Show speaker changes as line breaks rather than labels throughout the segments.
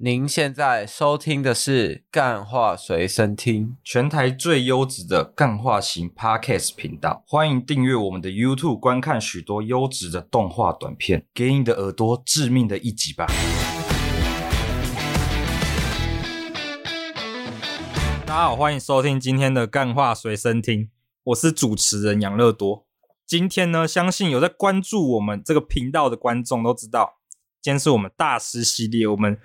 您现在收听的是《干话随身听
全台最优质的干化型 Podcast 频道，欢迎订阅我们的 YouTube，观看许多优质的动画短片，给你的耳朵致命的一击吧！大家好，欢迎收听今天的干话随身听，我是主持人杨乐多。今天呢，相信有在关注我们这个频道的观众都知道，今天是我们大师系列，我们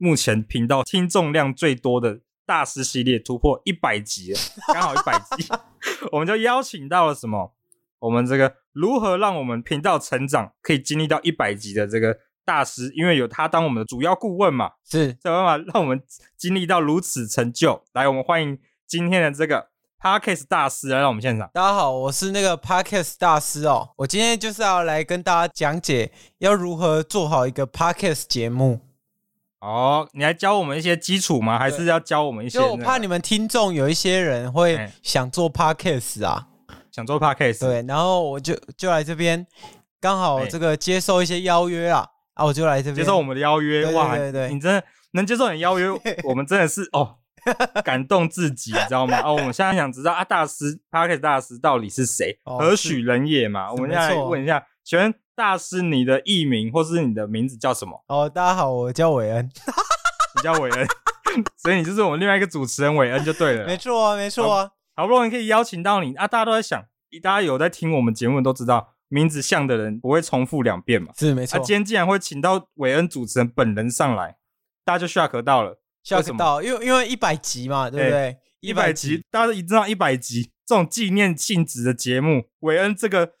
目前频道听众量最多的大师系列突破一百集了，刚好一百集， 我们就邀请到了什么？我们这个如何让我们频道成长，可以经历到一百集的这个大师，因为有他当我们的主要顾问嘛，》，
是
才有办法让我们经历到如此成就。来，我们欢迎今天的这个 Parkes 大师来到我们现场。
大家好，我是那个 Podcast 大师哦。我今天就是要来跟大家讲解要如何做好一个 Podcast 节目，
哦，你来教我们一些基础吗？还是要教我们一些
因
那
为
个？
我怕你们听众有一些人会
哎
想做 Podcast 啊，
想做 Parkes，，
对，然后我就就来这边，刚好
哎
这个接受一些邀约啊，啊，我就来这边
接受我们的邀约，
对对
哇，
对对
你真的能接受你的 邀约，我们真的是哦，感动至极，你知道吗？哦，我们现在想知道啊，大师 Parkes 大师到底是谁，
哦
何
是
许人也嘛？我们
没
现在来
错
问一下，请问大师你的艺名或是你的名字叫什么？
哦，大家好，我叫韦恩，
你叫 韦恩，所以你就是我们另外一个主持人韦恩就对了
没。错啊，没错啊，
好不容易可以邀请到你啊，大家都在想，大家有在听我们节目都知道，名字像的人不会重复两遍嘛。
是没
啊，
错
今，天竟然会请到韦恩主持人本人上来，大家就下课到了。
下
为
个
什么哎
到，因为因为一百集嘛，对不对？
一百集，大家一知道一百集这种纪念性质的节目，韦恩这个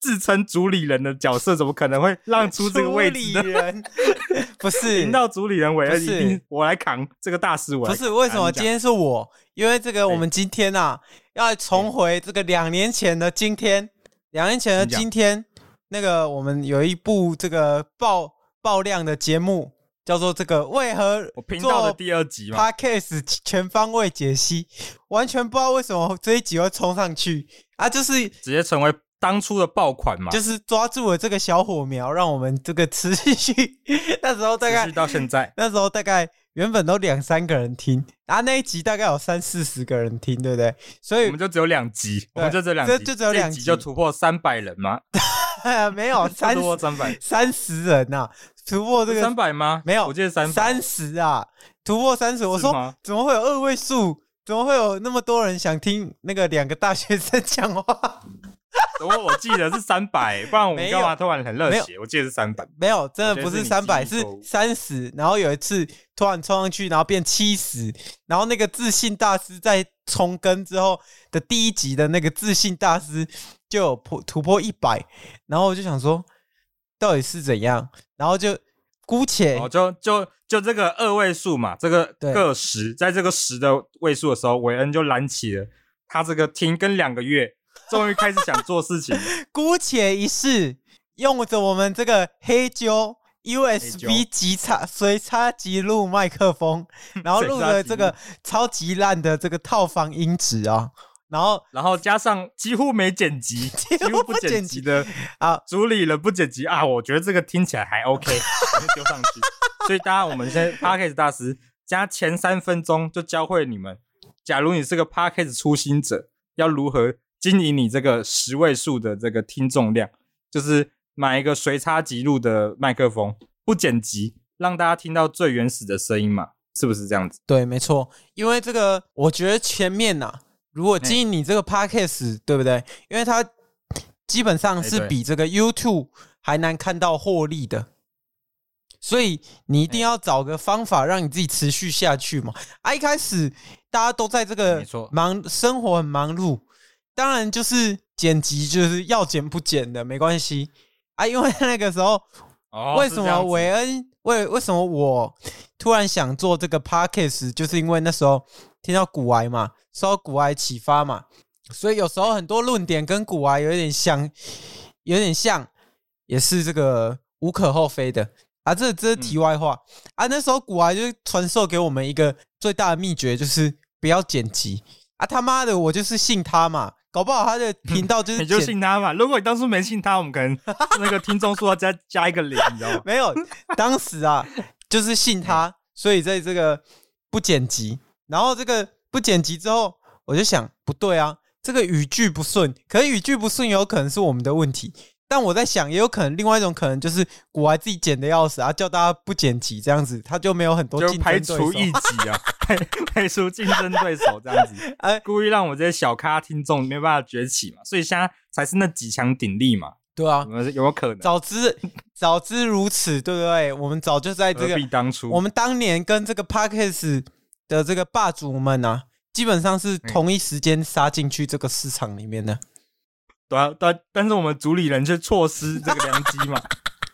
自称主理人的角色，怎么可能会让出这个位置
理
呢？
人 不是
请到主理人韦恩，
不
一
是
定我来扛这个大师，我来
不是为什
啊
么
你讲
今天是我？因为这个，我
哎
们今天啊，要重回这个两年前的今天，两年前的
你讲
今天，那个我们有一部这个爆爆量的节目，叫做这个为何
我频道的
做
第二集嘛，
podcast 全方位解析，完全不知道为什么这一集会冲上去啊！就是
直接成为当初的爆款嘛，
就是抓住了这个小火苗，让我们这个持续， 那时候大
持
概
续到现在。
那时候大概原本都两三个人听，然后那一集大概有三四十个人听，对不对？所
我
以
们就只有两集，我
对
们就只有两
这
集，
就只有两
这一
集
集就突破三百人吗？
没有三
突破
十
三百，
三十人呐、突破这
三
个
百吗？
没有
我记得三
三十啊，突破三十。我
是
说
吗
怎么会有二位数？怎么会有那么多人想听那个两个大学生讲话？
我我记得是三百，不然我
没
们
有
干嘛突然很热血？我记得是三百，
没有，真
我觉
的
得
不
是
是
你
三百，
记忆
是
错误
三十。然后有一次突然冲上去，然后变七十，然后那个自信大师在冲更之后的第一集的那个自信大师就有破突破一百，然后我就想说到底是怎样，然后就姑且
哦，就就就这个二位数嘛，这个
对
个十，在这个十的位数的时候，韦恩就燃起了他这个停更两个月，终于开始想做事情了。
姑且一试，用着我们这个黑胶
黑
USB 极差随插即录麦 克风，然后录了这个超级烂的这个套房音质啊，然后
然后加上几乎没剪辑，几乎不剪辑的
啊
主理人不剪辑啊，我觉得这个听起来 还 OK，我就丢上去。所以大家，我们 先 p a c k a g e 大师加前三分钟就教会你们，假如你是个 p a c k a g e 初心者，要如何经营你这个十位数的这个听众量，就是买一个随插即录的麦克风，不剪辑，让大家听到最原始的声音嘛，是不是这样子？
对，没错，因为这个我觉得前面呐、如果经营你这个 podcast，、对不对？因为它基本上
哎
是
对
比这个 YouTube 还难看到获利的。所以你一定要找个方法让你自己持续下去嘛。啊，一开始大家都在这个
没错
忙生活很忙碌，当然就是剪辑就是要剪不剪的没关系啊，因为那个时候
哦
为什么韦恩为为什么我突然想做这个 podcast，就是因为那时候听到古癌嘛，受到古癌启发嘛，所以有时候很多论点跟古癌有点像，有点像，也是这个无可厚非的啊。这
嗯
这是题外话、啊。那时候古癌就传授给我们一个最大的秘诀，就是不要剪辑啊！他妈的，我就是信他嘛，搞不好他的频道就 是
你就
剪
信他嘛。如果你当初没信他，我们可能 那个听众数要加加一个零，你知道吗？
没有，当时啊，就是信他，所以在这个不剪辑，然后这个不剪辑之后，我就想不对啊，这个语句不顺，可是语句不顺有可能是我们的问题。但我在想，也有可能另外一种可能就是古玩自己剪的要死啊，叫大家不剪辑这样子，他就没有很多
就
竞
排
争对手
除。异己 啊，排排除竞争对手这样子，
哎
故意让我这些小咖听众没办法崛起嘛，所以现在才是那几强鼎立嘛，
对啊
有，没有有没有可能？
早知早知如此，对不对？我们早就在这
何
个
必当初？
我们当年跟这个 Parkes 的这个霸主们啊，基本上是
嗯
同一时间杀进去这个市场里面的。
对啊，但但是我们主理人却错失这个良机嘛。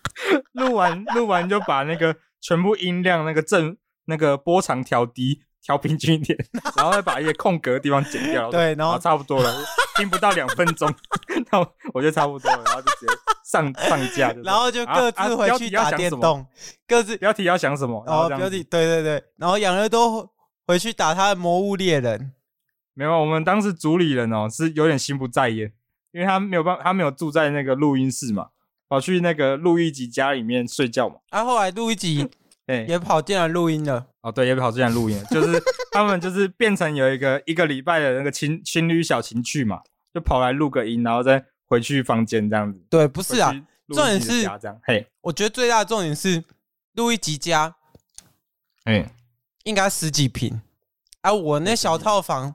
录完录完就把那个全部音量那个正那个波长调低，调平均一点，然后再把一些空格的地方剪掉。
对然后
差不多了，听不到两分钟， 那我我就差不多了，然后就直接上上架就对了。啊
然后就各自回去
啊啊标题要
打电
想什
动，
么
各自
标题要想什么？然后
哦
这样
标
子
题对对对，然后养乐多回去打他的魔物猎人，
没有，我们当时主理人哦是有点心不在焉，因为他没有办，他没有住在那个录音室嘛，跑去那个陆一吉家里面睡觉嘛。哎
啊，后来录一集
对，
也跑进来录音了，
哦，对，也跑之前录音，就是 他们就是变成有一个一个礼拜的那个情情侣小情趣嘛，就跑来录个音，然后再回去房间这样子。
对，不是啊
回，去录
重点
自己的
是
家这样，嘿，
我觉得最大的重点是录一集家
哎，
应该十几平，啊，我那小套房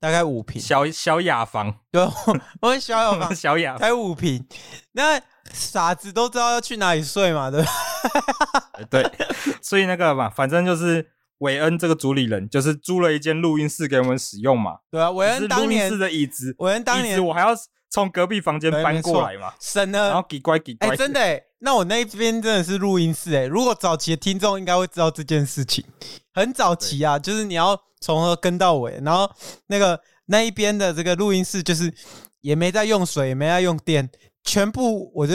大概五平，
小小雅房，
对，我我小套 房
小 雅房，
才五平，那傻子都知道要去哪里睡嘛，对吧？
对，所以那个嘛，反正就是韦恩这个主理人，就是租了一间录音室给我们使用嘛，
对啊，韦
只
恩
是
当
录音
年
室，的椅子，
韦恩当
椅
年
子我还要从隔壁房间
对
搬
没
过
错
来嘛，
省
然后
了，
给乖给
哎、
乖，
真的哎、那我那一边真的是录音室哎、如果早期的听众应该会知道这件事情，很早期啊，就是你要从头跟到尾，然后那个那一边的这个录音室就是也没在用水，也没在用电，全部我就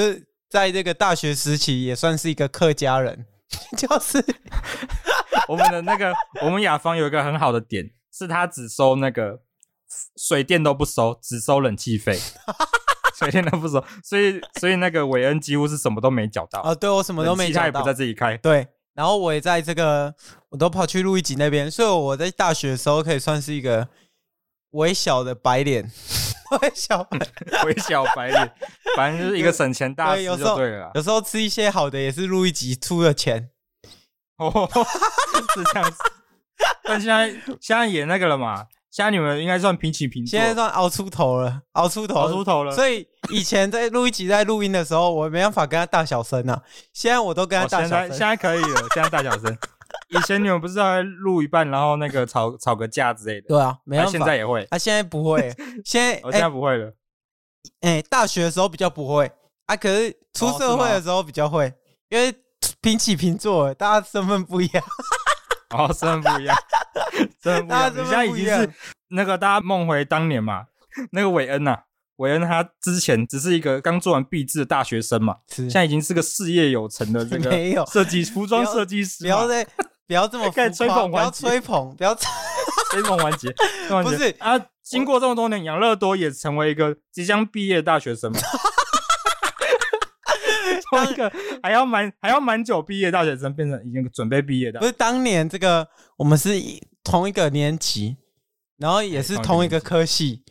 在这个大学时期也算是一个客家人， 就是
我们的那个，我们雅芳有一个很好的点，是他只收那个水电都不收，只收冷气 费，水电都不收，所以所以那个韦恩几乎是什么都没缴到，
啊，对我什么都
冷
没
气他
讲
也不
到
在。自己开，
对，然后我也在这个，我都跑去路易吉那边，所以我在大学的时候可以算是一个微小的白脸， 微小白。
微小白脸，反正就是一个省钱大师
对有时
就
候
对了啦。
有时候吃一些好的也是路易吉出的钱，
哦，是这样子。但现在现在也那个了嘛，现在你们应该算平起平坐，
现在算熬出头了，熬出头，
熬出头了。
所以以前在路易吉在录音的时候，我没办法跟他大小声啊，现在我都跟他
哦
大
现在
小
现
声。
在可以了，现在大小声。以前你们不是还录一半，然后那个吵吵个架之类的，
对啊，没办
那
法。
现在也会。
他、现在 不会，现在
我
哎
现在不会了。
哎、大学的时候比较不会啊，可是出
哦
社
是吗
会的时候比较会，因为平起平坐，大家身份不一样。
哦，身份不 一样，身份不一
大家
样。你
身份
现在已
不一
经
样
是那个大家梦回当年嘛，那个韦恩呐、韦恩他之前只是一个刚做完毕制的大学生嘛，
是
现在已经是个事业有成的这个
没有
设计服装设计师
不
嘛，
要再不要这么
开始
浮
吹
夸，
捧
不要
环节
吹捧，不要
追梦环节，追梦环节
不是
啊，经过这么多年，养乐多也成为一个即将毕业的大学生 嘛。从一个还要蛮还要蛮久毕业的大学生，变成已经准备毕业的
不，是当年这个我们是一同一个年级，然后也是
哎同一个
同一个
年级哎
科系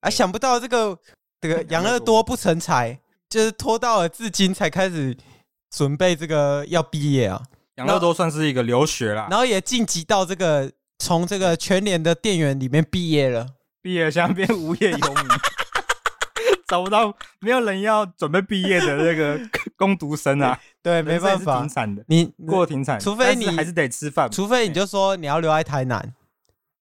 啊，想不到这个 这个
养
养
乐
乐
多
多不成才，就是拖到了至今才开始准备这个要毕业啊，
养乐多算是一个留学啦，
然后也晋级到这个从这个全联的店员里面毕业了。
毕业像 变无业游民，找不到没有人要准备毕业的那 个工读生啊，
对，没办
人生也是
法
挺，惨的，
你
过得挺惨的。
除非
但是
你
还是得吃饭嘛，
除非你就说你要留在台南，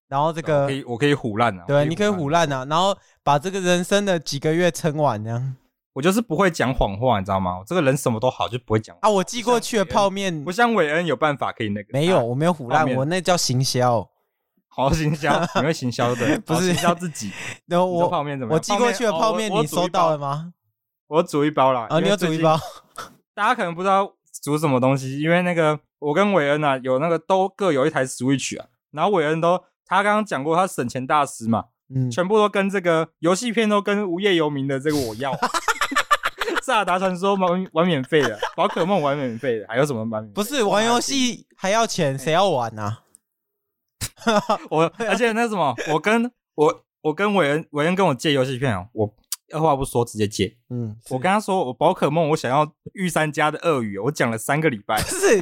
然后这
我
个
可以我可以唬烂啊，
对，你可以胡
烂，
烂啊，然后把这个人生的几个月撑完这样
我就是不会讲谎话，你知道吗？我这个人什么都好，就不会讲。
啊。我寄过去的
别人
泡面
不像韦恩有办法可以那个，
没有，
啊
我没有胡
泡
烂，
面
我那叫行销。
好好行 销，你会行销的，
不
好
是
行销自己。
然后
你说泡
我
面怎么样？
我寄过去的泡面，
哦我
你收到了
吗？
吗？
我煮一包啦，因
啊，你
为
有煮
最
一
近
包？
大家可能不知道煮什么东西，因为那个我跟韦恩啊，有那个都各有一台 Switch 啊，然后韦恩都他刚刚讲过他省钱大师嘛，
嗯，
全部都跟这个游戏片都跟无业游民的这个我要，萨达传说玩玩免费的，宝可梦玩免费的，还有什么玩免费？
不是玩游戏还要钱，谁要玩啊？
我而且那什么，我跟我我跟韦恩韦恩跟我借游戏片哦，我二话不说直接借。
嗯，
我跟他说我宝可梦我想要御三家的鳄鱼，我讲了三个礼拜
不， 是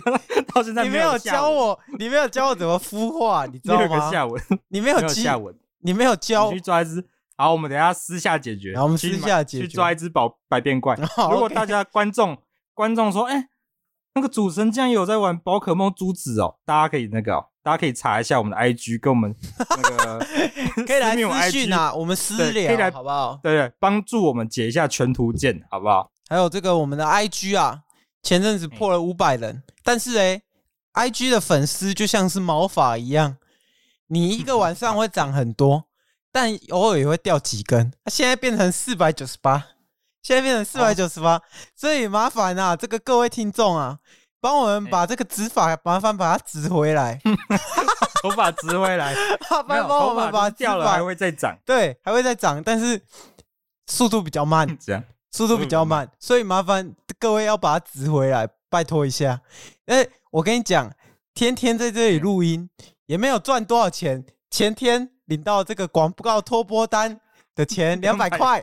到现在
你
没
没有
下
教
文，
我，你没有教我怎么孵化， 你知
没有
道
一个
吗？
下文，
你没有
没有
激，
下文。
你没有教
你去，抓一只。好，我们等一下私下解决。
好我们
去
私
买
下解决
去抓一只宝百变怪
好。
如果
OK
大家观众观众说，哎，那个主持人竟然也有在玩宝可梦珠子哦，大家可以那个哦，大家可以查一下我们的 IG，跟我们那个
可以来
私密我们
私讯啊，我们私
对可以来
聊好不好？
对对，帮助我们解一下全图鉴，好不好？
还有这个我们的 IG 啊，前阵子破了五百人，但是哎，IG 的粉丝就像是毛发一样，你一个晚上会长很多，但偶尔也会掉几根。它现在变成四百九十八，现在变成四百九十八，所以麻烦啊，这个各位听众啊，帮我们把这个指法麻烦把它指回来，
头发直回来，
麻
没
烦
有
帮我
头发
们把
就是掉
指
了
法
还会再长，
对，还会再长，但是速度比较慢。
这样
速度比较慢，所以麻烦各位要把它指回来，拜托一下。 哎、我跟你讲，天天在这里录音，也没有赚多少钱。前天领到这个广告托播单的钱 两百块，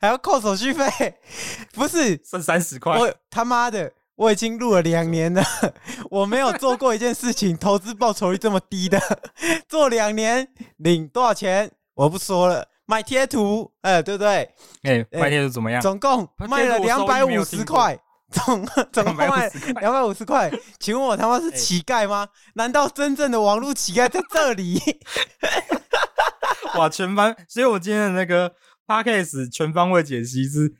还要扣手续费。 不是
剩三十块，
我他妈的，我已经录了两年了， 我没有做过一件事情投资报酬率这么低的， 做两年领多少钱我不说了，买贴图，哎、对不对？
哎，
哎
半天是怎么样？
总共
他
卖了
贴
两
图
百
我收益没
五
有
十
听过
块， 总总共
250
卖
块 哎
两百五十块。请问我他妈是乞丐吗？难道真正的网络乞丐在这 里？
哇，全方，所以我今天的那个 podcast 全方位解析是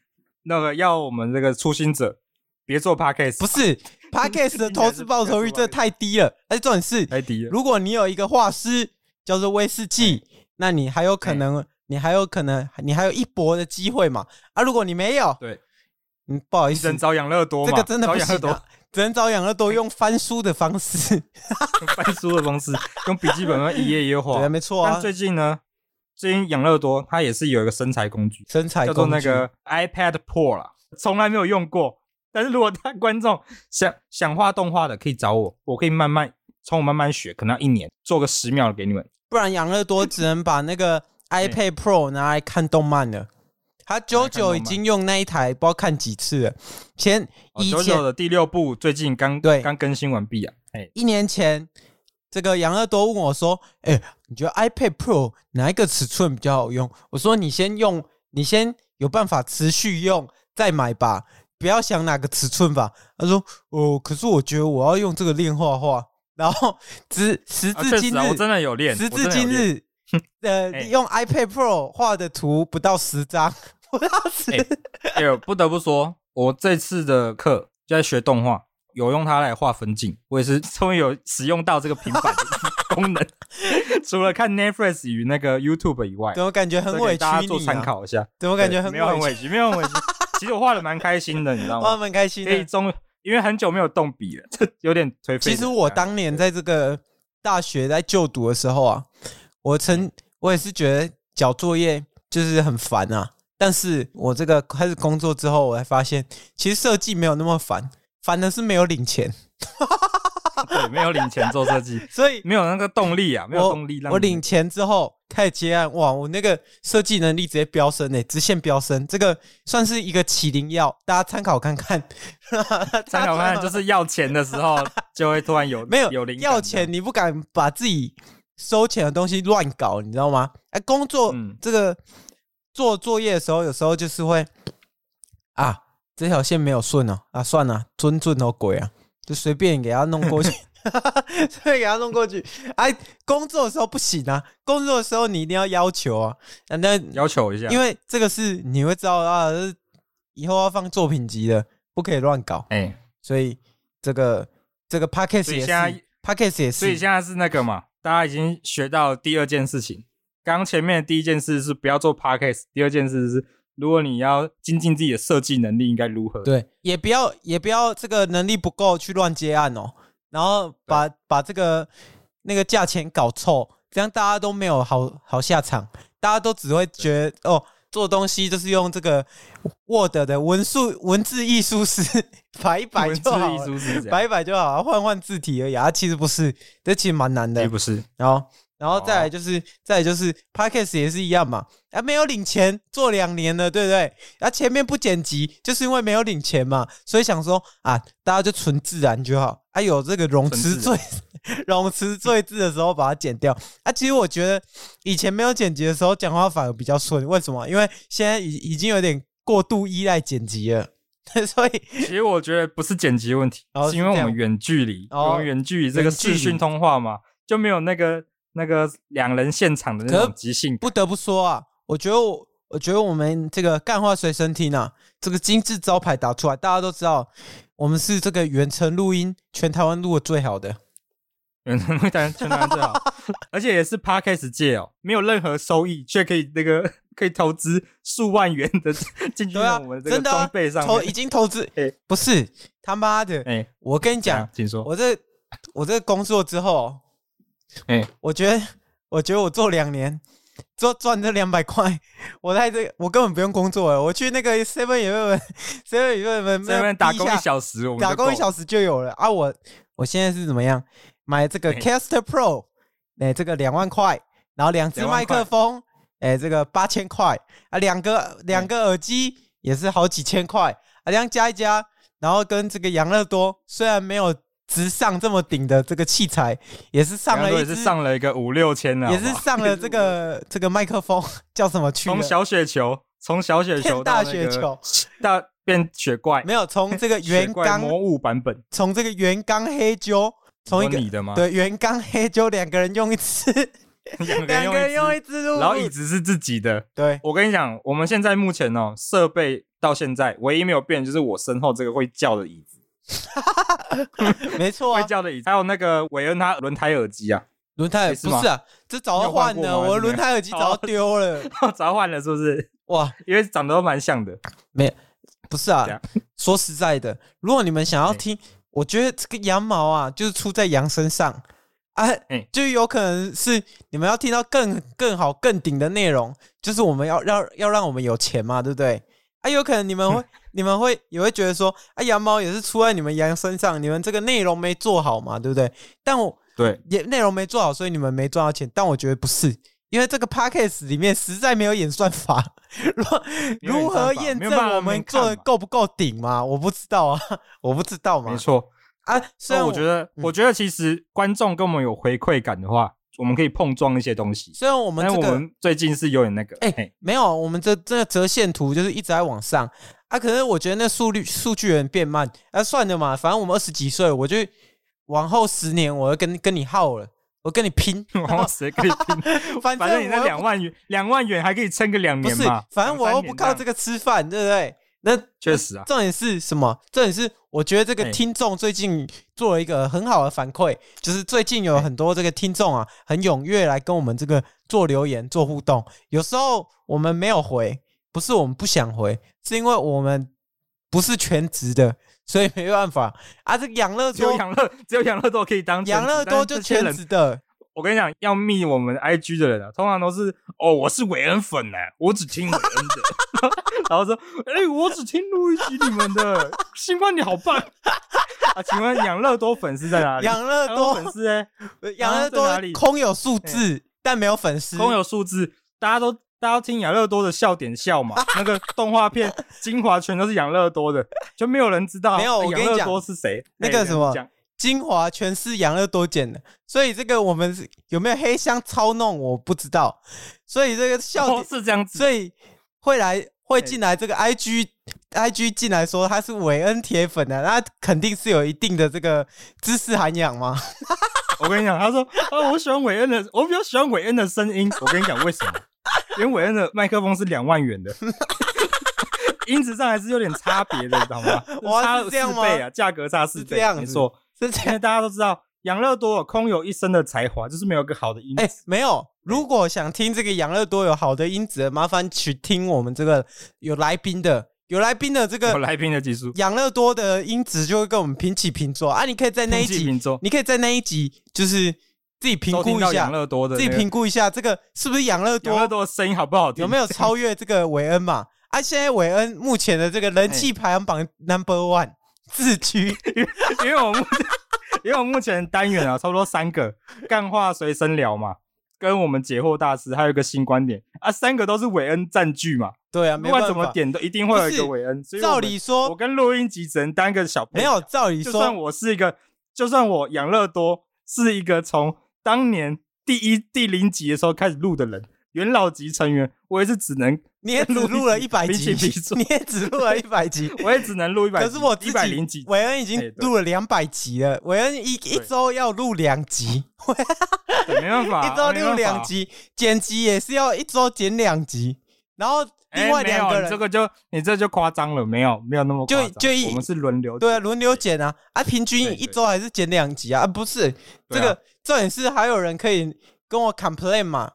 那个要我们这个初心者别做 podcast，
不是 p a c k a s 的投资报酬率这太低了，而且重点是，
太低了。
如果你有一个画师叫做威士忌，那你还有可
哎
能，你还有可能，你还有一搏的机会嘛？啊，如果你没有，
对，
嗯，不好意
只
思
能，找养乐多
这
嘛，
个真的
找
不
养
行
乐多
啊，只能找养乐多用翻书的方式。
用翻书的方式，用笔记本一页一页画
对，。没错啊
但，最近呢，最近养乐多它也是有一个身材工具，
身材
叫做
工
那
具
个 iPad Pro 啦，从来没有用过。但是如果他观众想想画动画的，可以找我，我可以慢慢从我慢慢学，可能要一年做个十秒给你们。
不然养乐多只能把那个 iPad Pro 拿来看动漫了。他九九已经用那一台，不知道看几次了。前
哦
以
九九
前
的第六部最近刚
对
刚更新完毕啊，哎，
一年前，这个养乐多问我说：“哎、你觉得 iPad Pro 哪一个尺寸比较好用？”我说：“你先用，你先有办法持续用再买吧，不要想哪个尺寸吧。”他说：“哦，可是我觉得我要用这个练画画。”然后直时
啊
至
确
今
实
日，
啊，我真的有练，
时
我真
至
的有
今
练，
日，呃，
哎
用 iPad Pro 画的图不到十张，不到十，
哎哎呦，不得不说，我这次的课就在学动画，有用它来画分镜，我也 是终于有使用到这个平板的功能。除了看 Netflix 与那个 YouTube 以外，
怎么感觉很
这
委
给
屈
大家做
你
参
啊？
考一下。
怎么感觉
对
很
没有很
委
委哦屈，
屈？
没有很委屈。其实我画的蛮开心的，你知道
我
吗？
蛮开心
可以
的。
终于因为很久没有动笔了，这有点颓废。啊
其实我当年在这个大学在就读的时候啊，我
嗯
曾我也是觉得交作业就是很烦啊。但是我这个开始工作之后，我才发现，其实设计没有那么烦，烦的是没有领钱。
对没有领钱做设计，
所以
没有那个动力啊，没有
我
动力让
我
你
领钱之后开始接案，哇，我那个设计能力直接飙升诶、直线飙升，这个算是一个起灵药，大家参考看 看。
参考看，就是要钱的时 候就会突然有
没有
有灵感
要钱，你不敢把自己收钱的东西乱搞，你知道吗？哎、工作、
嗯
这个做作业的时候，有时候就是会啊，这条线没有顺哦，啊，算了，尊尊哦鬼啊，就随便给他弄过去， 随便给他弄过去。 哎、工作的时候不行啊，工作的时候你一定要要求啊，啊那
要求一下，
因为这个是你会知道啊，这以后要放作品集的，不可以乱搞。
哎，
所以这个这个 p a c k a g
所
e
以
也
现在
是 p a c k a g e 也
所以
是，
现在是那个嘛，大家已经学到第二件事情。刚前面的第一件事是不要做 podcast，第二件事是如果你要精进自己的设计能力，应该如何？
对，也不要也不要这个能力不够去乱接案哦，然后把把这个那个价钱搞臭，这样大家都没有好好下场，大家都只会觉得哦，做东西就是用这个 Word 的文数文字艺术师 摆一摆
文字
就好
艺
了，
术是这样，
摆一摆就好了，换换字体而已啊。其实不是，这其实蛮难的
也。不是
然后，然后再来就是，再来就是 podcast 也是一样嘛，啊，没有领钱做两年了，对不对？啊，前面不剪辑，就是因为没有领钱嘛，所以想说啊，大家就纯自然就好，啊，有这个冗
纯
词
自
赘， 冗词赘字的时候把它剪掉。啊，其实我觉得以前没有剪辑的时候讲话反而比较顺，为什么？因为现在已已经有点过度依赖剪辑了， 所以
其实我觉得不是剪辑问题，
哦
是因为我
是这
们
样
远距离，
哦
我们远距离这个
远距离
视讯通话嘛，就没有那个那个两人现场的那
可
种即兴感。
不得不说啊，我觉得我，我觉得我们这个干话随身听啊，这个精致招牌打出来，大家都知道，我们是这个远程录音，全台湾录的最好的。
远程当然全台湾最 好，而且也是 podcast 界哦，没有任何收益，却可以那个可以投资数万元的进军
对
到
啊
我们，这个
真的、啊
装备，上
投
面
已。经投资
哎，
不是他妈的，
哎，
我跟你
这
讲
样，，请说。
我这我这工作之后，哦
哎，
我觉得我觉得我做两年。做赚这两百块，我在这我根本不用工作了，我去那个 Seven Eleven Seven Eleven
这边打工一小时，我们
打工一
时，
小时就有了啊！我我现在是怎么样？买这个
嘿
Caster Pro，哎、这个两万块，然后两只
两
麦
万块
克风，哎、这个八千块啊，两个两个耳机也是好几千块啊，这样加一加，然后跟这个养乐多虽然没有直上这么顶的这个器材，也是上了
然后
一
也是
支，
上了一个五六千呢，
也
好不
是
好
上了这个这个麦克风叫什么去了
从？小雪球，从小雪球
变
到
大
那
雪
个
球，
大变雪怪，
没有从这个
雪
原
怪
缸
魔物版本，
从这个原缸黑胶，从一
你
个
说你的吗？，
对，原缸黑就两个人用一次，
两个
两个人
人用
用
一
一
支，
次录，
然后椅子是自己的，
对，
我跟你讲，我们现在目前哦，设备到现在唯一没有变的就是我身后这个会叫的椅子，
没错
会
啊。
叫的椅子，还有那个韦恩他轮胎耳机啊，
轮胎
也是
不
吗
是啊，这早就换
你有换
了，
过吗
我的轮胎耳机早就丢了。
早换了是不是？
哇，
因为长得都蛮像的，
不是啊
这样，
说实在的，如果你们想要
哎
听，我觉得这个羊毛啊，就是出在羊身上啊
哎，
就有可能是你们要听到更更好、更顶的内容，就是我们要让要让我们有钱嘛，对不对？啊，有可能你们
嗯
会你们会也会觉得说，啊，羊毛也是出在你们羊身上，你们这个内容没做好嘛，对不对？但我
对，
也内容没做好，所以你们没赚到钱。但我觉得不是，因为这个 podcast 里面实在没有演算法， 如果
没有演算法
如何验
没有办法
证我们做的够不够顶嘛？我不知道啊，我不知道嘛
没。错。
啊，
所
虽
以
然
我觉，得，
嗯
我觉得其实观众跟我们有回馈感的话，我们可以碰撞一些东西。
虽然我们
但
这
我
个
们最近是有点那个，
哎
嘿
没有，我们这这个折线图就是一直在往上啊。可是我觉得那速率数据有点变慢啊，算了嘛，反正我们二十几岁，我就往后十年，我要跟跟你耗了，我跟你拼。
往谁 可以拼？
反
反正你那
我又
两万元，两万元还可以撑个两
不
年
是
嘛。，
反正我又不靠这
个，
个吃饭，对不对？那
确实啊，
重点是什么？重点是我觉得这个
哎
听众最近做了一个很好的反馈，就是最近有很多这个听众啊，很踊跃来跟我们这个做留言、做互动。有时候我们没有回，不是我们不想回，是因为我们不是全职的，所以没办法啊。这个养乐
只有
多，
养乐，只有养乐多可以当全职
养乐多
但是
就
这些
全
人
职的，
我跟你讲，要密我们 IG 的人啊，通常都是哦，我是韦恩粉呢、我只听韦恩的。 然后说，哎、我只听录一集你们的，星光你好棒 啊！请问养乐多粉丝在哪里？
养乐多
粉丝哎、
养乐
在哪
多
里
空有数字，但没有粉丝，
空有数字，大家都大家听养乐多的笑点笑嘛，那个动画片精华全都是养乐多的，就没有人知道
没有
哎
我跟
养
你
乐
讲
多是谁，
那个
哎
什么
你讲
精华全是养乐多剪的，所以这个我们是有没有黑箱操弄我不知道，所以这个笑点，
哦是这样子，
所以会来会进来这个 IG IG 进来说他是韦恩铁粉的、那肯定是有一定的这个知识涵养嘛。
我跟你讲，他说啊，我喜欢韦恩的，我比较喜欢韦恩的声 音。我跟你讲为什么？因为韦恩的麦克风是两万元 的，音质上还是有点差别的，你知道吗？
哇
差
是
了
这样
四
吗
倍啊，价格差四
是
倍，
这样子
没错。
是这
因
样，
为大家都知道，养乐多空有一身的才华，就是没有一个好的音质。
哎、没有。如果想听这个养乐多有好的音质的，麻烦去听我们这个有来宾的，有来宾的这
有
个
来宾的技术，
养乐多的音质就会跟我们平起平坐啊。你可以在那一
平起
集
平坐
你可以在那一集就是自己评
收听
估一
到
下
养，乐多的
自
那
己
个、
评估一下这个是不是养乐
养乐
多
多的声音好不好听？
有没有超越这个韦恩嘛？啊，现在韦恩目前的这个人气排行榜 number one，自居
因为我目前因为我目前单元啊，差不多三个干话随身聊嘛，跟我们解惑大师，还有一个新观点啊，三个都是韦恩占据嘛，
对啊，
不
没
管
办
怎么
法。
点都一定会有一个
不是
韦恩。所以我
照
们
理
我
说
跟录音机只能当个小配
没有，照理
就算
说
我是一个，就算我养乐多是一个从当年第一第零集的时候开始录的人，元老级成员，我也是只能，
你也只录了一 百
比
集
起比起，
你也只录了一百集。
我也只能 录一百，
可是我自
一百零
己
集，
韦恩已
哎
经
对
录了两百集了，韦恩一一
对
周要录两集，
对没办法，啊
一周
没
录
办
两
法。
集，剪辑也是要一周剪两集，然后
哎
另外
没有
两个
你
人
这个就你这就夸张了，没有没有那么夸张
就就一
我们是轮流
对啊，轮流剪啊，啊，平
对
均
对
一周还是剪两集啊，啊，不是
对
这
啊
个重点是还有人可以跟我 complain 嘛，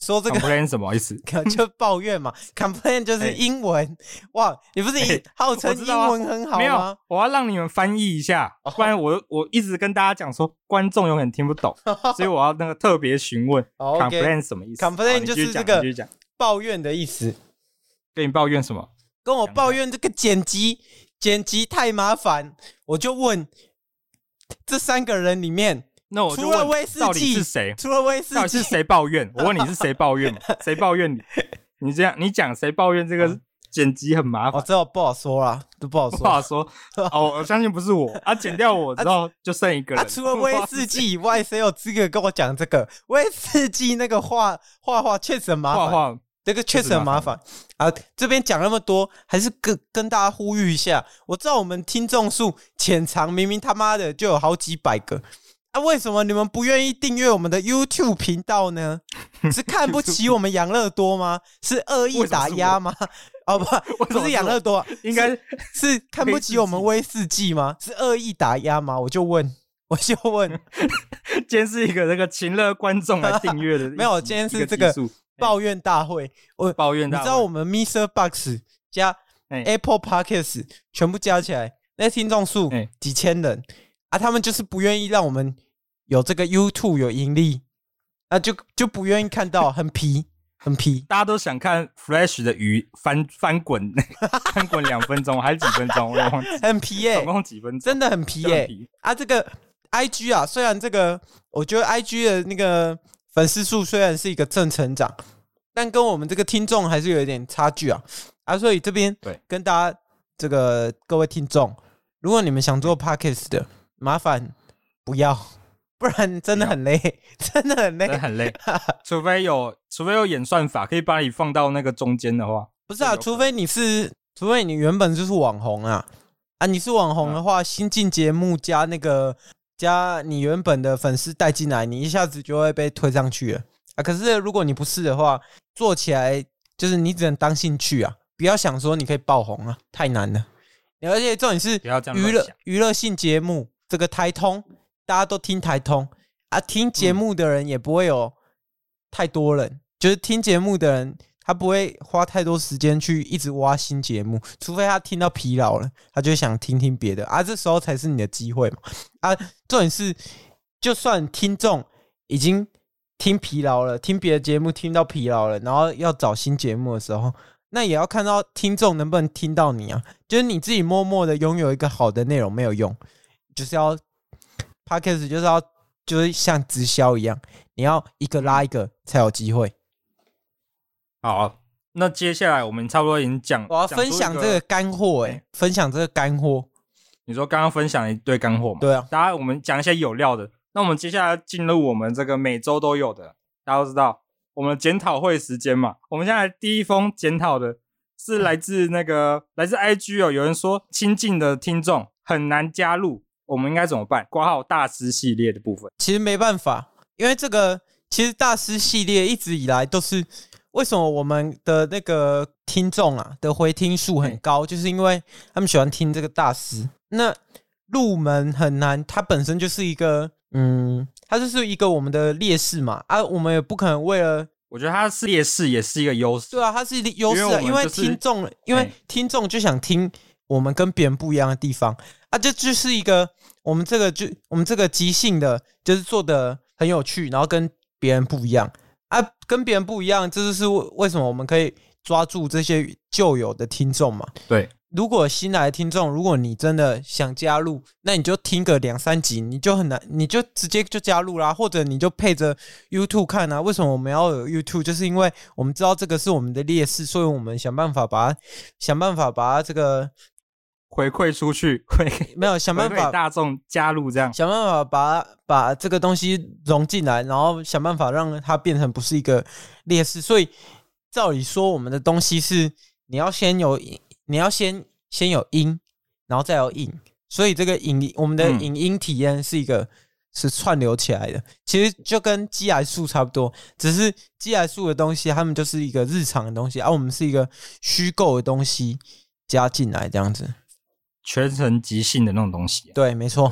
说这
c o
个
m p l a i n 什么意思？
就抱 怨嘛，complain 就是
哎
英文，哇，你不是一
哎
号称
我知道啊
英文很好
没
吗哦
有？，我要让你们翻译一下，不然我我一直跟大家讲说观众有点听不 懂，所以我要那个特别询问
o k
complain 什么意思
Complain
好你继续
就是这
讲
个
你继续讲
抱怨的意思，
跟你抱怨什么？
跟
讲
我
一下
抱怨这个剪辑，剪辑太麻烦，我就问这三个人里面，
那我就
除了威
问
士忌
到底是谁？
除了威士
到底
忌
是，谁抱怨？我问你是谁抱怨？谁抱怨你？你这样你讲谁抱怨这 个剪辑很麻
哦，
烦？
这我不好说啦，这不 好
不
说。
好 说哦，我相信不是我啊，剪掉我之后就剩一个
啊，
人。
除了威士忌以外，谁有资格跟我讲这个？威士忌那个画画画确实很麻
画
烦，
画
这个确实很麻烦啊。这边讲那么多，还是跟跟大家呼吁一下，我知道我们听众数潜藏，明明他妈的就有好几百个。啊，为什么你们不愿意订阅我们的 YouTube 频道 呢？是看不起我们养乐多吗？是恶意
为什么是
打压吗？哦不，
为什么
不
是
是养乐多，啊
应 该
是看不起我们威士忌吗？是恶意打压吗？我就问，我就 问，
今天是一个那个勤乐观众来订阅的一集，
没有今天是
一
这个
集数
抱怨大会。我
抱怨
你
大会，
知道我们 Mr. Box 加
哎
Apple Podcasts 全部加起来，那听众数
哎
几千人啊，他们就是不愿意让我们有这个 YouTube 有盈利啊，就就不愿意看到，很皮，很皮。
大家都想看 Flash 的鱼翻翻滚， 翻滚两分钟还是几分钟？我忘记，
很皮耶、
总共几分钟？
真的很皮
就
耶、
很皮
啊，这个 I G 啊，虽然这个我觉得 I G 的那个粉丝数虽然是一个正成长，但跟我们这个听众还是有一点差距啊啊，所以这边
对
跟大家这个各位听众，如果你们想做 podcast 的，麻烦不要，不然真的很累， 真的
真
很
的
累。
很累，除非有除非有演算法可以把你放到那个中间的话，
不是啊，
有可能
除非你是，除非你原本就是网红啊啊，你是网红的话，新进节目加那个加你原本的粉丝带进来，你一下子就会被推上去了啊。可是如果你不是的话，做起来就是你只能当兴趣啊，不要想说你可以爆红啊，太难了。而且重点是
不要这样
娱
乱
乐
想
娱乐性节目，这个台通大家都听台通啊，听节目的人也不会有太多人，就是听节目的人他不会花太多时间去一直挖新节目，除非他听到疲劳了，他就想听听别的啊，这时候才是你的机会嘛啊，重点是就算听众已经听疲劳了，听别的节目听到疲劳了，然后要找新节目的时候，那也要看到听众能不能听到你啊。就是你自己默默的拥有一个好的内容没有用，就是要 podcast 就是要就是像直销一样，你要一个拉一个才有机会。
好，那接下来我们差不多已经讲，
我要
讲出一
分享这个，干货，哎
哎，
分享这个干货，
你说刚刚分享一堆干货嘛？
对啊，
大家我们讲一些有料的。那我们接下来进入我们这个每周都有的，大家都知道我们检讨会时间嘛。我们现在第一封检讨的是来自那个来自 IG 哦，有人说亲近的听众很难加入，我们应该怎么办？挂号大师系列的部分，
其实没办法，因为这个其实大师系列一直以来都是为什么我们的那个听众啊的回听数很高，就是因为他们喜欢听这个大师。那入门很难，它本身就是一个嗯，它就是一个我们的劣势嘛啊，我们也不可能为了
我觉得它是劣势也是一个优势。
对啊，它是优势
因为我
啊，
们
因为
就是
听众，因为
哎
听众就想听我们跟别人不一样的地方啊，这就是一个我们这个就我们这个即兴的，就是做的很有趣，然后跟别人不一样啊，跟别人不一样，这就是为为什么我们可以抓住这些旧有的听众嘛。
对，
如果新来的听众，如果你真的想加入，那你就听个两三集，你就很难，你就直接就加入啦，或者你就配着 YouTube 看啊。为什么我们要有 YouTube？就是因为我们知道这个是我们的劣势，所以我们想办法把它想办法把它这个
回馈出去，回
没有想
回
办
馈
法
大众加入这样。
想办法把把这个东西融进来，然后想办法让它变成不是一个劣势。所以照理说，我们的东西是你要先有你要先先有音，然后再有影。所以这个影我们的
嗯
影音体验是一个、是串流起来的，其实就跟基癌素差不多，只是基癌素的东西，他们就是一个日常的东西，而、啊我们是一个虚构的东西加进来这样子。
全程即兴的那种东西。啊
对，没错。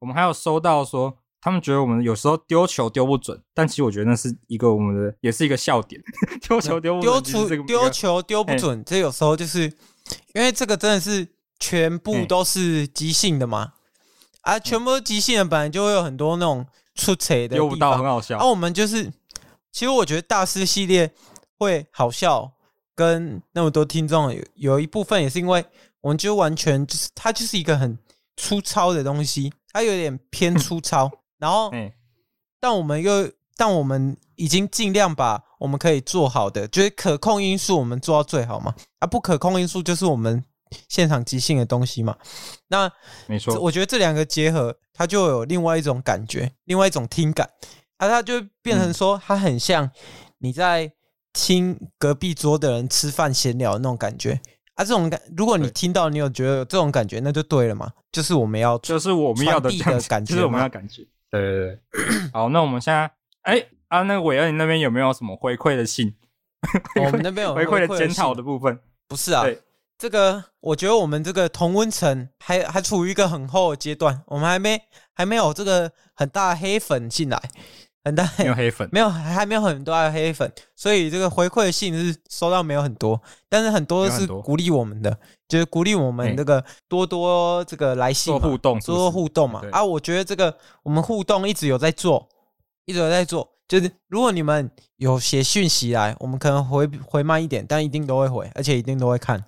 我们还有收到说，他们觉得我们有时候丢球丢不准，但其实我觉得那是一个我们的，也是一个笑点。 丢球丢不
丢
准其实
出
是一个，
丢球丢不准，这有时候就是因为这个真的是全部都是即兴的嘛，啊，全部都即兴的，本来就会有很多那种出彩的
丢不
地
到，很
方。
好笑。
啊，我们就是，其实我觉得大师系列会好笑，跟那么多听众有有一部分也是因为我们就完全就是它就是一个很粗糙的东西，它有点偏
嗯
粗糙，然后
哎、
但我们又但我们已经尽量把我们可以做好的，就是可控因素，我们做到最好嘛。啊，不可控因素就是我们现场即兴的东西嘛。那
没
这
错，
我觉得这两个结合，它就有另外一种感觉，另外一种听感。啊，它就变成说，它很像你在听隔壁桌的人吃饭闲聊的那种感觉。啊，这种感，如果你
对
听到你有觉得有这种感觉，那就对了嘛，就是我们要
就是我们要的
传递
这样
的感觉
就是我们
嘛
要感觉。对对对。好，那我们现在，哎、啊，那个伟恩，你那边有没有什么回馈的信？
哦我们那边有
回馈的检
信
讨的部分？
不是啊
对，
这个我觉得我们这个同温层还还处于一个很厚的阶段，我们还没还没有这个很大的黑粉进来，很大
没有黑粉，
没有还还没有很多的黑粉，所以这个回馈的信是收到没有很多，但是很多
没有
是
很多
鼓励我们的，就是鼓励我们
嗯
这个多多这个来信
做
嘛
互动是不是，
做互动嘛
对。
啊，我觉得这个我们互动一直有在做，一直有在做。就是如果你们有写讯息来，我们可能回回慢一点，但一定都会回，而且一定都会看，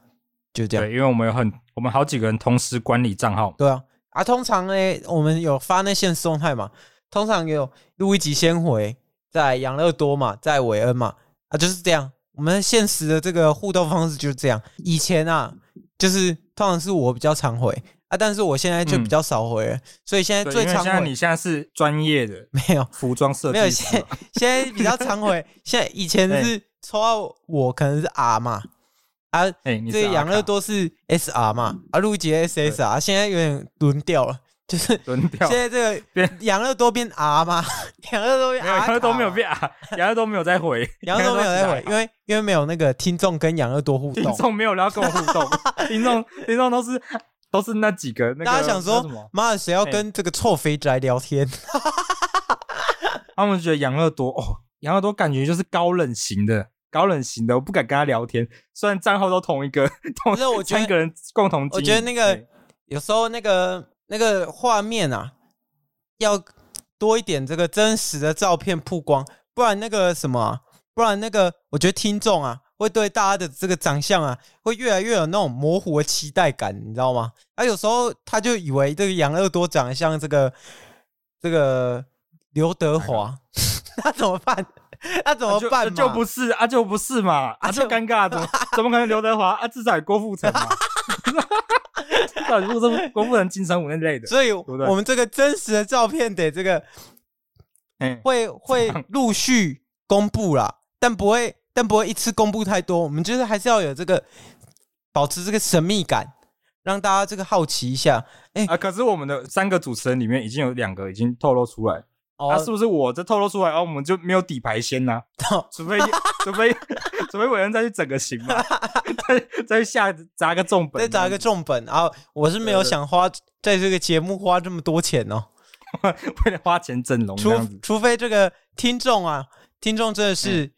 就这样。
对，因为我们有很，我们好几个人同时管理账号嘛，
对啊，啊，通常呢，我们有发那线动态嘛，通常有录一集先回，在养乐多嘛，在韦恩嘛，啊，就是这样。我们现实的这个互动方式就是这样。以前啊，就是通常是我比较常回啊，但是我现在就比
嗯
较少回了，所以现在
对
最
因为
常
现在
回
你现在是专业的
没有。
服装设
没有
计
现
师嘛，
现在比较 常回，现在以前是抽到我可能是 R 嘛，啊，
哎、你
这
是
个养
阿卡嗯
乐多是 SR 嘛，啊，路易杰 SSR，现在有点轮掉了， 就是
轮掉
现，在这个
变
养乐多变 R 嘛， 养乐多变 R，
杨乐多
卡
没有
嘛，
变啊，杨乐多没有在回，
养乐多没有在回，因
为
为因为没有那个听众跟养乐多互
听
动，
众没有人要跟我互 动，听众听众都是都是那几个那个，
大家想
那什
说
么，
妈的，谁要
嘿
跟这个臭肥宅聊 天？
他们觉得杨乐多哦，杨乐多感觉就是高冷型的。高冷型的，我不敢跟他聊天。虽然账号都同一个，同
不是我觉得
三个人共同经营。哎
我觉得那个
对
有时候那个那个画面啊，要多一点这个真实的照片曝光，不然那个什么啊、不然那个我觉得听众啊会对大家的这个长相啊会越来越有那种模糊的期待感，你知道吗？啊，有时候他就以为这个杨乐多长得像这个这个刘德华， 那怎么办？那怎么
啊就
办
啊
嘛？
就不是啊，就不是嘛，啊，
就
就尴尬， 怎么怎么可能刘德华啊？至少有郭富城嘛， 至少有郭富郭富城、金城武那类的。
所以
不对
我们这个真实的照片得这个
嗯，
会会
样
陆续公布啦，但不会但不会一次公布太多，我们就是还是要有这个保持这个神秘感，让大家这个好奇一下。哎、
啊，可是我们的三个主持人里面已经有两个已经透露出来，
哦，
啊，是不是我这透露出来，啊，我们就没有底牌先 呐？除非 除非除非伟人再去整个型嘛， 再再去下砸个重本，
再砸个重本啊！我是没有
对对
想花在这个节目花这么多钱哦，
为了花钱整容这
除
样子。嗯
除非这个听众啊，听众真的是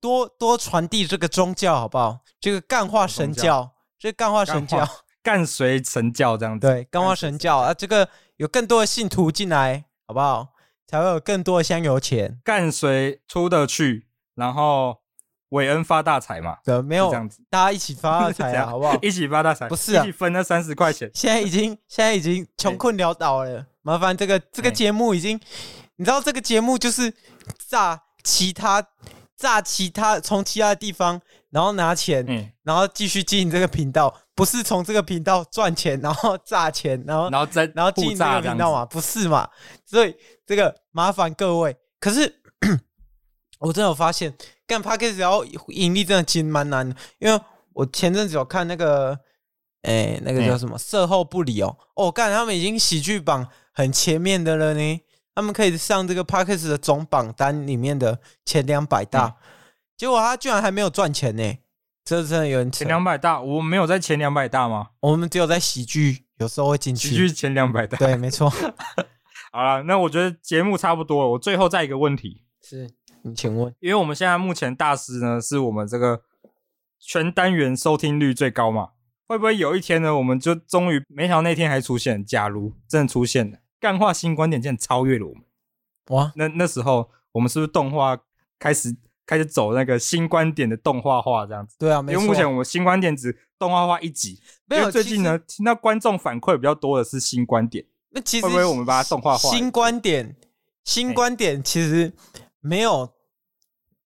多多传递这个宗教好不好？这个干化神
宗教
教，这个干化神
干
教
化。干谁神教这样子，
对，干花神教啊，这个有更多的信徒进来，好不好？才会有更多的香油钱。
干谁出得去，然后韦恩发大财嘛，
对，没
就
有
这样子，
大家一起发大
是
财
这
啊，
样？
好不好
一起发大财，
不是啊哦
一起分那三十块钱，
现在已经现在已 经穷困潦倒了，麻烦这个这个
哎
节目已经，你知道这个节目就是炸其他炸其他从其他地方，然后拿钱，
嗯，
然后继续经营这个频道，不是从这个频道赚钱，然后炸钱，然后
然后再
然后经
互
营这个啊
炸这样子
频道，嘛，不是嘛？所以这个麻烦各位。可是 我真的有发现，干 p a c k a g e 要盈利真的其实蛮难的，因为我前阵子有看那个，哎、那个叫
嗯
什么“售后不理”哦，哦，干他们已经喜剧榜很前面的了呢，他们可以上这个 p a c k a g e 的总榜单里面的前两百大，
嗯
结果他居然还没有赚钱呢，这真的有人扯
前。两百大，我没有在前两百大吗？
我们只有在喜剧有时候会进
喜剧
去，
前两百大，
对，没错，
好了，那我觉得节目差不多了，我最后再一个问题，
是你请问。
因为我们现在目前大师呢是我们这个全单元收听率最高嘛，会不会有一天呢，我们就终于没想到那天还出现，假如真的出现了，干化新观点竟然超越了我们，
哇，
那那时候我们是不是动画开始开始走那个新观点的动画化这样子？
对啊，
因
没
为
错。
目前我们新观点只动画化一集，
没
因
有
为最近，呢听到观众反馈比较多的是新观点，
其实那其实
会不会我们把它动画化
新观点，新观点其实没有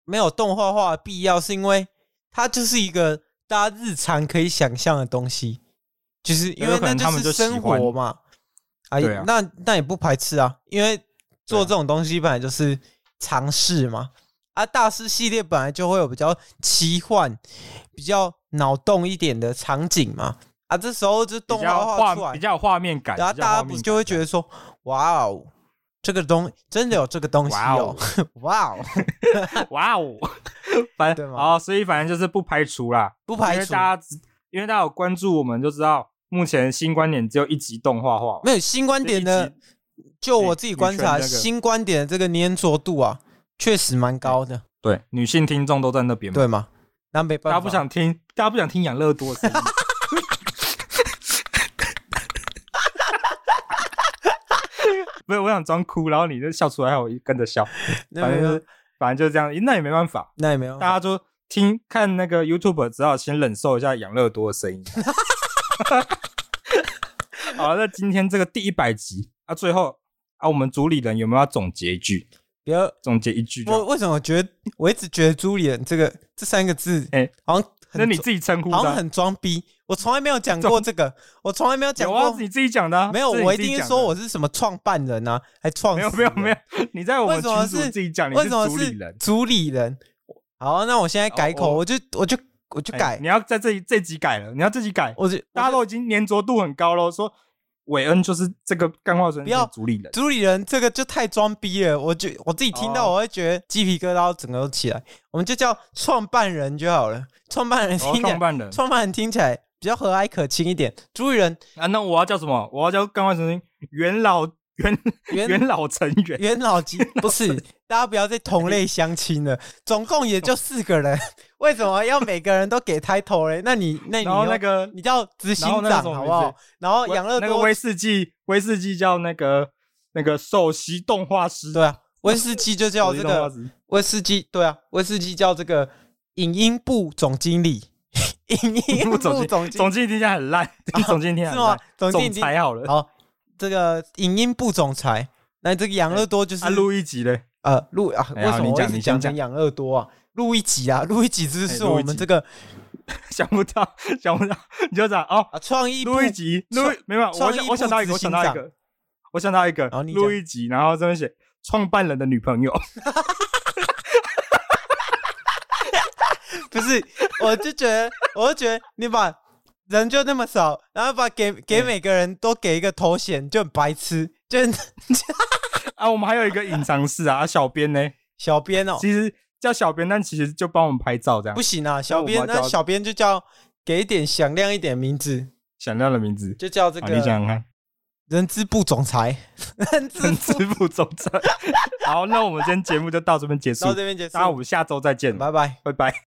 没有动画化的必要，是因为它就是一个大家日常可以想象的东西，就是因
有
为
可
那
能他们
是
就喜
生
欢
活嘛。哎
对啊
那那也不排斥啊，因为做
对啊
这种东西本来就是尝试嘛。啊，大师系列本来就会有比较奇幻、比较脑洞一点的场景嘛。啊，这时候就
比
动
较
画化出来，
画比较有画面感，
然后
比较有
大家
画
不
面
就会
感
觉得说，哇哦，这个东真的有这个东西哦， 哇哦，
哇哦，反
对吗
好，所以反正就是不排除啦，
不
因
排
为
除
大家只因为大家有关注我们就知道，目前新观点只有一集动画化嘛，
没有新观点的
这一。
就
哎
我自己
女
观
权
察，
那个
新观点的这个粘着度啊，确实蛮高的，
对，女性听众都在那边嘛，
对吗？那没
哎大
办法，
家不想听，大家不想听养乐多的声音， 没有，我想装哭，然后你就笑出来，我跟着笑，
那
反
没
正就
有
是，反正就是这样，那也没办法，
那也没有，
大家就听看那个 YouTube，只好先忍受一下养乐多的声音。 好，那今天这个第一百集啊，最后啊，我们主理人有没有要总结一句？
不要。
总结一句就
我
好，
为什么觉得我一直觉得朱丽人这个这三个字，
哎
好像很
那你
装
自己称呼的
好像
啊，
很装逼，我从来没有讲过这个，我从来没有讲
有啊
过，，
你自己讲的啊，
没有，
这是你
我一
自己
定
讲
是
的
说我是什么创办人啊，还创
没有
始
没有
人啊
没有，你在我
为
们
什么
群组
是
自己讲，你
为什么
主理
是
人，
主理人？好，那我现在改口，
哦我
我就我就我就
哎
改
你，要在这里这集改了，你要自己改，
我就
大家
我
都已经粘着度很高了，说韦恩就是这个干化神
不要
主理人
就，主理人这个就太装逼了，我就我自己听到
哦
我会觉得鸡皮疙瘩整个都起来，我们就叫创办人就好了，创办人
然后
听起
哦创
来
办人，
创办人听起来比较和蔼可亲一点，主理 人
啊，那我要叫什么？我要叫干化神经元老 元
原
元老成员，
元老级不是，大家不要再同类相亲了，总共也就四个人，为什么要每个人都给 title 嘞？那你那你
然后
又
那个
你叫执行
然后那个
长
什么
好
名
不好
字？
然后养乐
那个
多
威士忌，威士忌叫那个那个首席动画师，
对啊，威士忌就叫
首席
这
动画
个
师，
威士忌，对啊，威士忌叫这个影音部总经理， 影音部总经理
总经理听起来很烂，总经理听起来
是
很
吗
烂，？
总经理
总
已经
裁好了，
好，这个影音部总裁，那这个养乐多就是
啊，录一集嘞，
呃录啊，为
哎好
什么
你
我一
讲
直
你
讲
先
成
讲
养乐多啊？录一集啊， 录一集这是
哎录一
我们
集
这个
想不到想不到，你就讲哦，
啊创意部
录一集，录
创
没有，
创
我想
意
我想到
部
一个，我
执
想
行
到一
长
个，我想到一个
好你，
录
讲
一集，然后这边写创办人的女朋友，
不是，我就觉得， 我就觉得你把人就那么少，然后把给给
嗯
每个人都给一个头衔，就很白痴，就很
啊，我们还有一个隐藏式啊，啊小编呢，
小编哦，
其实叫小编，但其实就帮我们拍照这样
不，行啊，小
我
编
们要
那
叫
小编就叫给一点响亮一点名字，
想到的名字，
就叫这
啊，你想
个
想看。
人资部总裁， 人资
跟
部
支付总 账。好，那我们今天节目就到这边结束
到，这边结束
大，家我们下周再见，
拜拜。
拜拜。